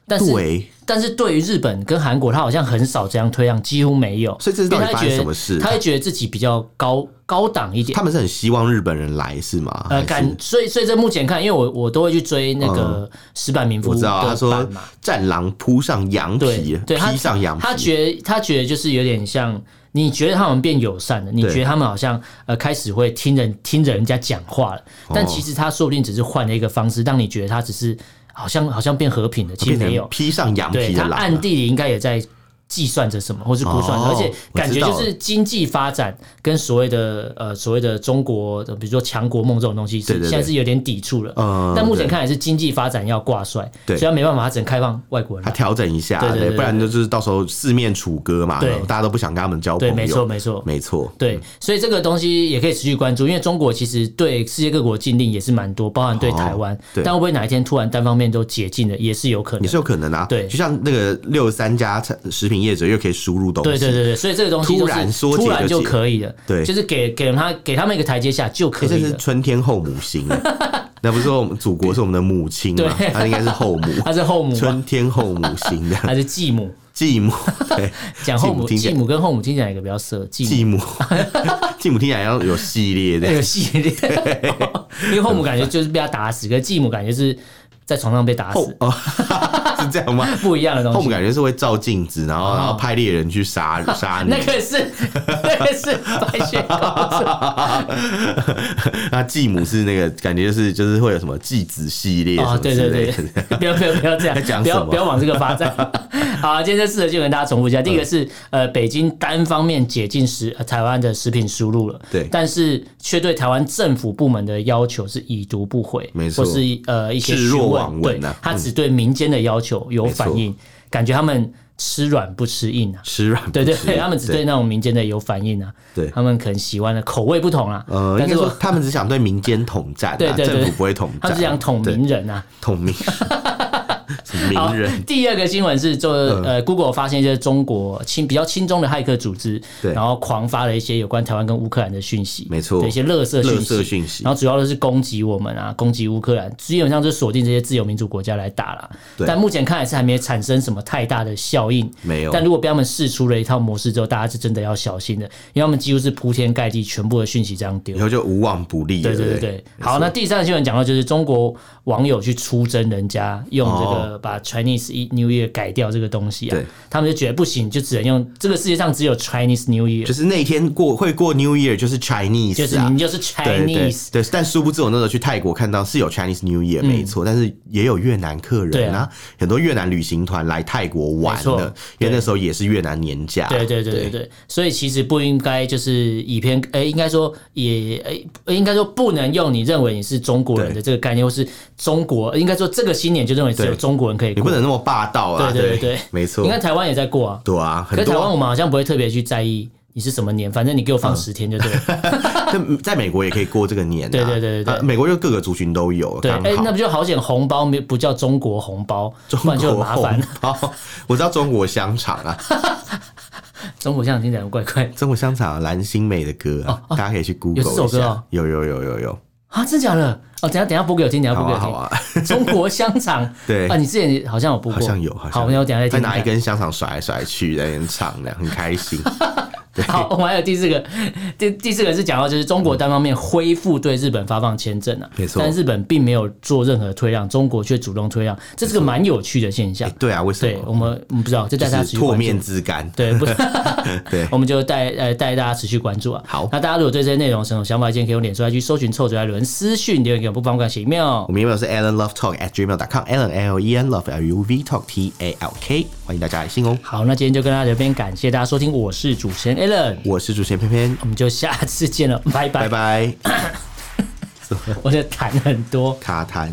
但是
对，
但是对于日本跟韩国，他好像很少这样退让，几乎没有。
所以这是到底
因为他
发生
觉得
什么事啊
他会觉得自己比较高高档一点
他。们是很希望日本人来是吗？还
呃，
是
感所以所以在目前看，因为我我都会去追那个石板民夫
嗯我知
的
道，啊他说
版嘛，
战狼铺上羊皮
对，对，他
披上羊皮，
他觉得他觉得就是有点像，你觉得他们变友善了，你
对
觉得他们好像呃开始会听人听着人家讲话了，但
哦
其实他说不定只是换了一个方式，让你觉得他只是好像好像变和平了，其实
变
没有
成，披上羊
对
皮的
他
狼
暗
啊。
地里应该也在。计算着什么，或是估算着，而
哦
且感觉
我
就
知道了
是经济发展跟所谓的呃所谓的中国，呃比如说强国梦这种东西，
对
是
对对
现在是有点抵触了。
嗯
但目前
对
看来是经济发展要挂帅，所
对
以他没办法，他只能开放外国人
他
来。
调整一下，
对对对对
不然就是到时候四面楚歌嘛
对，
大家都不想跟他们交朋
对，
友。
没错，，没错，
哦没嗯错，
对，所以这个东西也可以持续关注，因为中国其实对世界各国禁令也是蛮多，包含对台湾，
哦对
但会不会哪一天突然单方面都解禁了，也是有可
也
能
是。有可能啊。
对
就像那个六三家产食品业者又可以输入东西，
对对对对，所以这个东西
突
就是
然说解
突然
就
就
解
可以了，
对
就是给给他给他们一个台阶下就可
欸这
以
是
了。
春天后母心欸， 那不是说我们祖国是我们的母亲吗？
对
它应该是后母，
他是后母啊吗？
春天后母心的
还是继母？
继母，对，
讲后母，
继母听起
继
来
母跟后母听起来哪个比较色？继母
继母，继母听起来要有系 列
那
的
个，系列，因为后母感觉就是被他打死，可是继母感觉是在床上被打
后
死，
哦，是这样吗？
不一样的东
后
西
母。感觉是会照镜子，然后然后
哦
派猎人 去杀杀你
那，个是 那个是白雪公主。
那继母是那个感觉就是就是会有什么继子系列什
啊，
么
对
之
对
类
对
的，，
不要不要不要这
在
样，
讲
不要
什么
不要往这个发 展。好，今天这四则就跟大家重复一下。第一
嗯
个是呃，北京单方面解禁食呃台湾的食品输入了，
对
但是却对台湾政府部门的要求是已读不回，
没错
或是呃一些
置
询
若
问，
罔
对
闻啊，嗯
他只对民间的要求有反应，感觉他们吃软不吃硬啊。
吃软不
对对
吃
对，他们只对那种民间的有反应啊，
对
他们可能喜欢的口味不同啊，
呃，应
但
该
是
说
我
他们只想对民间统战啊，
对对对
政府不会统战，
他们只想捅
对
名人啊，
透明，什么
好
名人，嗯
第二个新闻是做呃，Google 发现一些中国亲比较亲中的骇客组织，
对
然后狂发了一些有关台湾跟乌克兰的讯息，
没错
的一些垃圾讯
垃
息，
圾讯息
然后主要的是攻击我们啊，攻击乌克兰，基本上就锁定这些自由民主国家来打啦。
对
但目前看来是还没产生什么太大的效应，
没有
但如果被他们试出了一套模式之后，大家是真的要小心的，因为他们几乎是铺天盖地，全部的讯息这样丢
以。后就无往不利了。
对对对
不
对，好，那第三个新闻讲到就是中国网友去出征人家用这个把 Chinese E- New Year 改掉这个东西啊
哦对，
他们就觉得不行，就只能用这个世界上只有 Chinese New Year，
就是啊那一天过会过 New Year 就是
就
Chinese
是
啊
你。就是
对对
Chinese，嗯
对，但殊不知我那时候去泰国看到是有 Chinese New Year 没错，但是也有越南客
对
人
啊
啊，很多越南旅行团来泰国玩
没错
的，因为那时候也是越南年假。
对对对对对，所以其实不应该就是以偏，哎、应该说也，哎、应该说不能用你认为你是中国人的这个概念，或是中国，应该说这个新年就认为只有
对
中国人可以
你
过
不。能那么霸道啊！
对对对对
没错
你，看台湾也在过啊，
对啊，
可
很
是台湾 我
多
们好像不会特别去在意你是什么年，反正你给我
嗯
放十天就 对了。
在在美国也可以过这个年啊。
对对对对对
啊美国就各个族群都有，
对，
刚
哎、
好
那不就好险？红包没不叫中国红包，
中
不然就很
国
麻烦
红。包， 我知道中国香肠 啊，
中国像听起来怪怪的
中国香肠啊蓝心湄的歌啊，大家可以去 Google
哦有这首
一
歌
下
哦
有有有有有，
啊，真假的？哦，等一下等一下播给我听，等一下
好
播给
啊
我
好
听。
啊，
中国香肠，
对
啊，你之前好像有播过，
好像有，好
好，
像
那我等一下再听
再
听看。
拿一根香肠甩来甩去，在那边唱，这样很开心。
好，我们还有第四个，第第四个是讲到就是中国单方面恢复对日本发放签证啊，
没错
但日本并没有做任何推让，中国却主动推让，这是个蛮有趣的现象。
对啊，为什
对我
么？
们我们不知道，就带
就
大家
是
持续
唾
关注
面自干。
对，不，
对
我们就带呃带大家持续关注啊。
好
那大家如果对这些内容有什么想法，建议可以用脸书来去搜寻臭嘴艾伦私讯留言给我，不妨管写 email
我。们 email 是 alan love talk at gmail dot com alan l e n love l u v talk t a l k，欢迎大家来信哦。
好，那今天就跟大家聊这边，感谢大家收听，我是主持人 Alan，
我是主持人偏偏，
我们就下次见了，拜
拜
拜。
拜，
我就谈很多。
卡痰。